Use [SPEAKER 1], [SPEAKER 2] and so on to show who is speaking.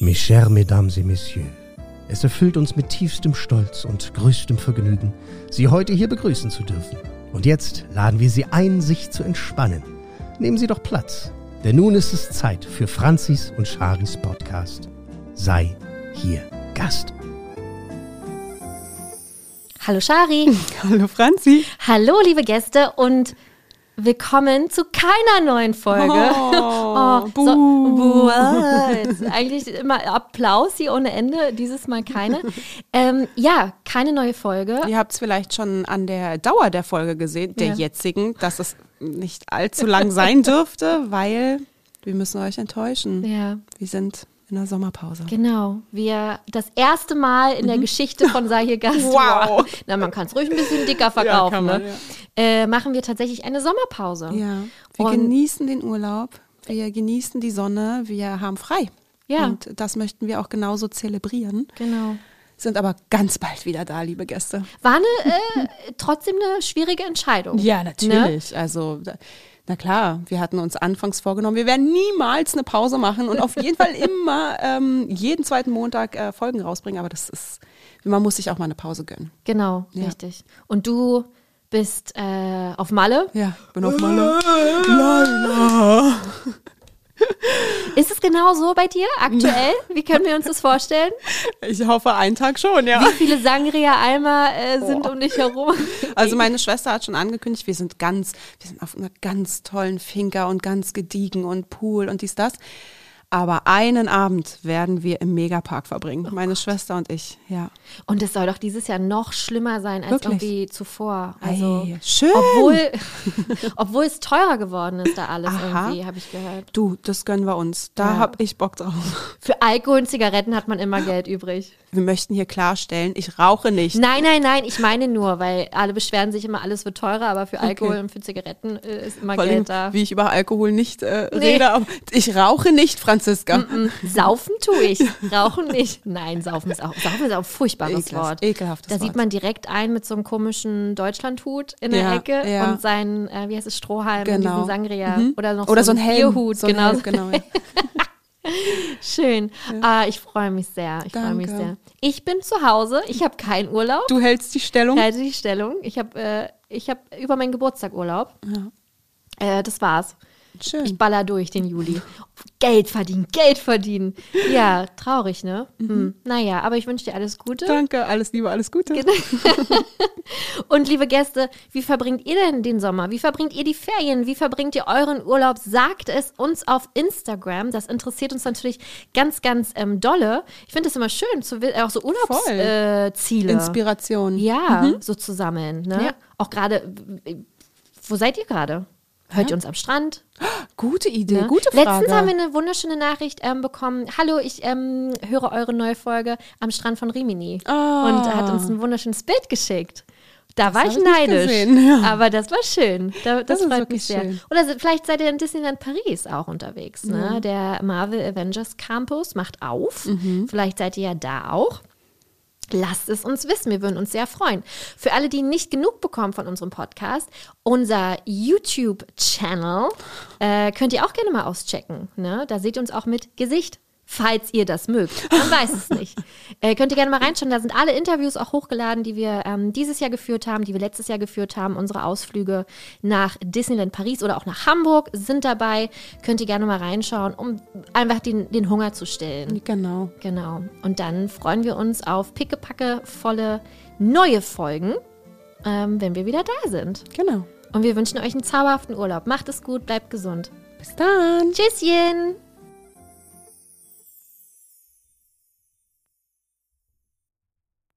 [SPEAKER 1] Mes chers Mesdames et Messieurs, es erfüllt uns mit tiefstem Stolz und größtem Vergnügen, Sie heute hier begrüßen zu dürfen. Und jetzt laden wir Sie ein, sich zu entspannen. Nehmen Sie doch Platz, denn nun ist es Zeit für Franzis und Charis Podcast. Sei hier Gast.
[SPEAKER 2] Hallo Shari.
[SPEAKER 3] Hallo Franzi.
[SPEAKER 2] Hallo liebe Gäste und willkommen zu keiner neuen Folge.
[SPEAKER 3] Oh,
[SPEAKER 2] so,
[SPEAKER 3] buh.
[SPEAKER 2] buh, ah, jetzt eigentlich immer Applaus hier ohne Ende, dieses Mal keine. ähm, ja, keine neue Folge.
[SPEAKER 3] Ihr habt es vielleicht schon an der Dauer der Folge gesehen, der
[SPEAKER 2] Ja.
[SPEAKER 3] jetzigen, dass es nicht allzu lang sein dürfte, weil wir müssen euch enttäuschen.
[SPEAKER 2] Ja.
[SPEAKER 3] Wir sind in der Sommerpause.
[SPEAKER 2] Genau, wir das erste Mal in der Geschichte von Sei hier Gast.
[SPEAKER 3] Mhm. Wow.
[SPEAKER 2] Na, man kann es ruhig ein bisschen dicker verkaufen.
[SPEAKER 3] kann man,
[SPEAKER 2] ne? äh, machen wir tatsächlich eine Sommerpause.
[SPEAKER 3] Ja. Wir
[SPEAKER 2] Und-
[SPEAKER 3] genießen den Urlaub, wir genießen die Sonne, wir haben frei.
[SPEAKER 2] Ja.
[SPEAKER 3] Und das möchten wir auch genauso zelebrieren.
[SPEAKER 2] Genau.
[SPEAKER 3] Sind aber ganz bald wieder da, liebe Gäste.
[SPEAKER 2] War eine, äh, trotzdem eine schwierige Entscheidung.
[SPEAKER 3] Ja,
[SPEAKER 2] Ne?
[SPEAKER 3] natürlich. Also, da- na klar, wir hatten uns anfangs vorgenommen, wir werden niemals eine Pause machen und auf jeden Fall immer ähm, jeden zweiten Montag äh, Folgen rausbringen. Aber das ist, man muss sich auch mal eine Pause gönnen.
[SPEAKER 2] Genau,
[SPEAKER 3] Ja.
[SPEAKER 2] richtig. Und du bist äh, auf Malle.
[SPEAKER 3] Ja, bin auf Malle. Leila.
[SPEAKER 2] Ist es genau so bei dir aktuell? Wie können wir uns das vorstellen?
[SPEAKER 3] Ich hoffe, einen Tag schon, ja.
[SPEAKER 2] Wie viele Sangria-Eimer äh, sind um dich herum?
[SPEAKER 3] Also meine Schwester hat schon angekündigt, wir sind ganz, wir sind auf einer ganz tollen Finca und ganz gediegen und Pool und dies, das. Aber einen Abend werden wir im Megapark verbringen, meine Schwester und ich, ja.
[SPEAKER 2] Und es soll doch dieses Jahr noch schlimmer sein als
[SPEAKER 3] Wirklich?
[SPEAKER 2] irgendwie zuvor. Also,
[SPEAKER 3] Ei, schön.
[SPEAKER 2] obwohl, obwohl es teurer geworden ist, da alles
[SPEAKER 3] Aha.
[SPEAKER 2] irgendwie, habe ich gehört.
[SPEAKER 3] Du, das gönnen wir uns. Da
[SPEAKER 2] Ja.
[SPEAKER 3] hab ich Bock drauf.
[SPEAKER 2] Für Alkohol und Zigaretten hat man immer Geld übrig.
[SPEAKER 3] Wir möchten hier klarstellen, ich rauche nicht.
[SPEAKER 2] Nein, nein, nein, ich meine nur, weil alle beschweren sich immer, alles wird teurer, aber für Alkohol
[SPEAKER 3] Okay.
[SPEAKER 2] und für Zigaretten äh, ist immer
[SPEAKER 3] Vor allem,
[SPEAKER 2] Geld da.
[SPEAKER 3] wie ich über Alkohol nicht äh,
[SPEAKER 2] Nee.
[SPEAKER 3] rede, aber ich rauche nicht, Franziska.
[SPEAKER 2] Mm, Saufen tue ich, rauchen nicht. Nein, saufen ist auch, saufen ist auch ein furchtbares
[SPEAKER 3] Ekelhaft-
[SPEAKER 2] Wort.
[SPEAKER 3] ekelhaftes
[SPEAKER 2] Da sieht
[SPEAKER 3] Wort.
[SPEAKER 2] man direkt ein mit so einem komischen Deutschlandhut in der
[SPEAKER 3] Ja,
[SPEAKER 2] Ecke
[SPEAKER 3] ja.
[SPEAKER 2] und seinen, äh, wie heißt es, Strohhalm und
[SPEAKER 3] Genau.
[SPEAKER 2] diesen Sangria.
[SPEAKER 3] Mhm.
[SPEAKER 2] Oder noch
[SPEAKER 3] Oder
[SPEAKER 2] so
[SPEAKER 3] so ein
[SPEAKER 2] einen
[SPEAKER 3] Helm.
[SPEAKER 2] Bierhut.
[SPEAKER 3] So ein
[SPEAKER 2] genau.
[SPEAKER 3] Helm, genau ja.
[SPEAKER 2] Schön. Ah, ich freue mich sehr. Ich freue mich
[SPEAKER 3] Danke.
[SPEAKER 2] sehr. Ich bin zu Hause. Ich habe keinen Urlaub.
[SPEAKER 3] Du hältst die Stellung.
[SPEAKER 2] Ich halte die Stellung. Ich habe äh, ich hab über meinen Geburtstag Urlaub. Äh, das war's. Ich
[SPEAKER 3] Schön.
[SPEAKER 2] baller durch den Juli. Geld verdienen, Geld verdienen. Ja, traurig, ne?
[SPEAKER 3] Mhm.
[SPEAKER 2] Hm. Naja, aber ich wünsche dir alles Gute.
[SPEAKER 3] Danke, alles Liebe, alles Gute.
[SPEAKER 2] Genau. Und liebe Gäste, wie verbringt ihr denn den Sommer? Wie verbringt ihr die Ferien? Wie verbringt ihr euren Urlaub? Sagt es uns auf Instagram. Das interessiert uns natürlich ganz, ganz ähm, dolle. Ich finde es immer schön, zu, wi- auch so
[SPEAKER 3] Voll.
[SPEAKER 2] Urlaubsziele. Äh, Ziele.
[SPEAKER 3] Inspiration. Mhm.
[SPEAKER 2] Ja, so zu sammeln. Ne?
[SPEAKER 3] Ja.
[SPEAKER 2] Auch gerade, äh, wo seid ihr gerade? Hört ihr uns am Strand?
[SPEAKER 3] Gute Idee,
[SPEAKER 2] Ne?
[SPEAKER 3] gute Frage.
[SPEAKER 2] Letztens haben wir eine wunderschöne Nachricht ähm, bekommen. Hallo, ich ähm, höre eure neue Folge am Strand von Rimini.
[SPEAKER 3] Ah.
[SPEAKER 2] Und er hat uns ein wunderschönes Bild geschickt. Da war
[SPEAKER 3] hab
[SPEAKER 2] ich
[SPEAKER 3] ich nicht
[SPEAKER 2] neidisch.
[SPEAKER 3] gesehen, ja.
[SPEAKER 2] Aber das war schön. Da, das,
[SPEAKER 3] Das ist
[SPEAKER 2] freut mich
[SPEAKER 3] wirklich
[SPEAKER 2] sehr.
[SPEAKER 3] schön.
[SPEAKER 2] Oder se- vielleicht seid ihr in Disneyland Paris auch unterwegs. Ne? Der Marvel Avengers Campus macht auf.
[SPEAKER 3] Mhm.
[SPEAKER 2] Vielleicht seid ihr ja da auch. Lasst es uns wissen, wir würden uns sehr freuen. Für alle, die nicht genug bekommen von unserem Podcast, unser YouTube-Channel äh, könnt ihr auch gerne mal auschecken. Ne? Da seht ihr uns auch mit Gesicht, falls ihr das mögt. Man weiß es nicht. Äh, könnt ihr gerne mal reinschauen, da sind alle Interviews auch hochgeladen, die wir ähm, dieses Jahr geführt haben, die wir letztes Jahr geführt haben. Unsere Ausflüge nach Disneyland Paris oder auch nach Hamburg sind dabei. Könnt ihr gerne mal reinschauen, um einfach den, den Hunger zu stillen.
[SPEAKER 3] Genau.
[SPEAKER 2] Genau. Und dann freuen wir uns auf pickepacke volle neue Folgen, ähm, wenn wir wieder da sind.
[SPEAKER 3] Genau.
[SPEAKER 2] Und wir wünschen euch einen zauberhaften Urlaub. Macht es gut, bleibt gesund.
[SPEAKER 3] Bis dann.
[SPEAKER 2] Tschüsschen!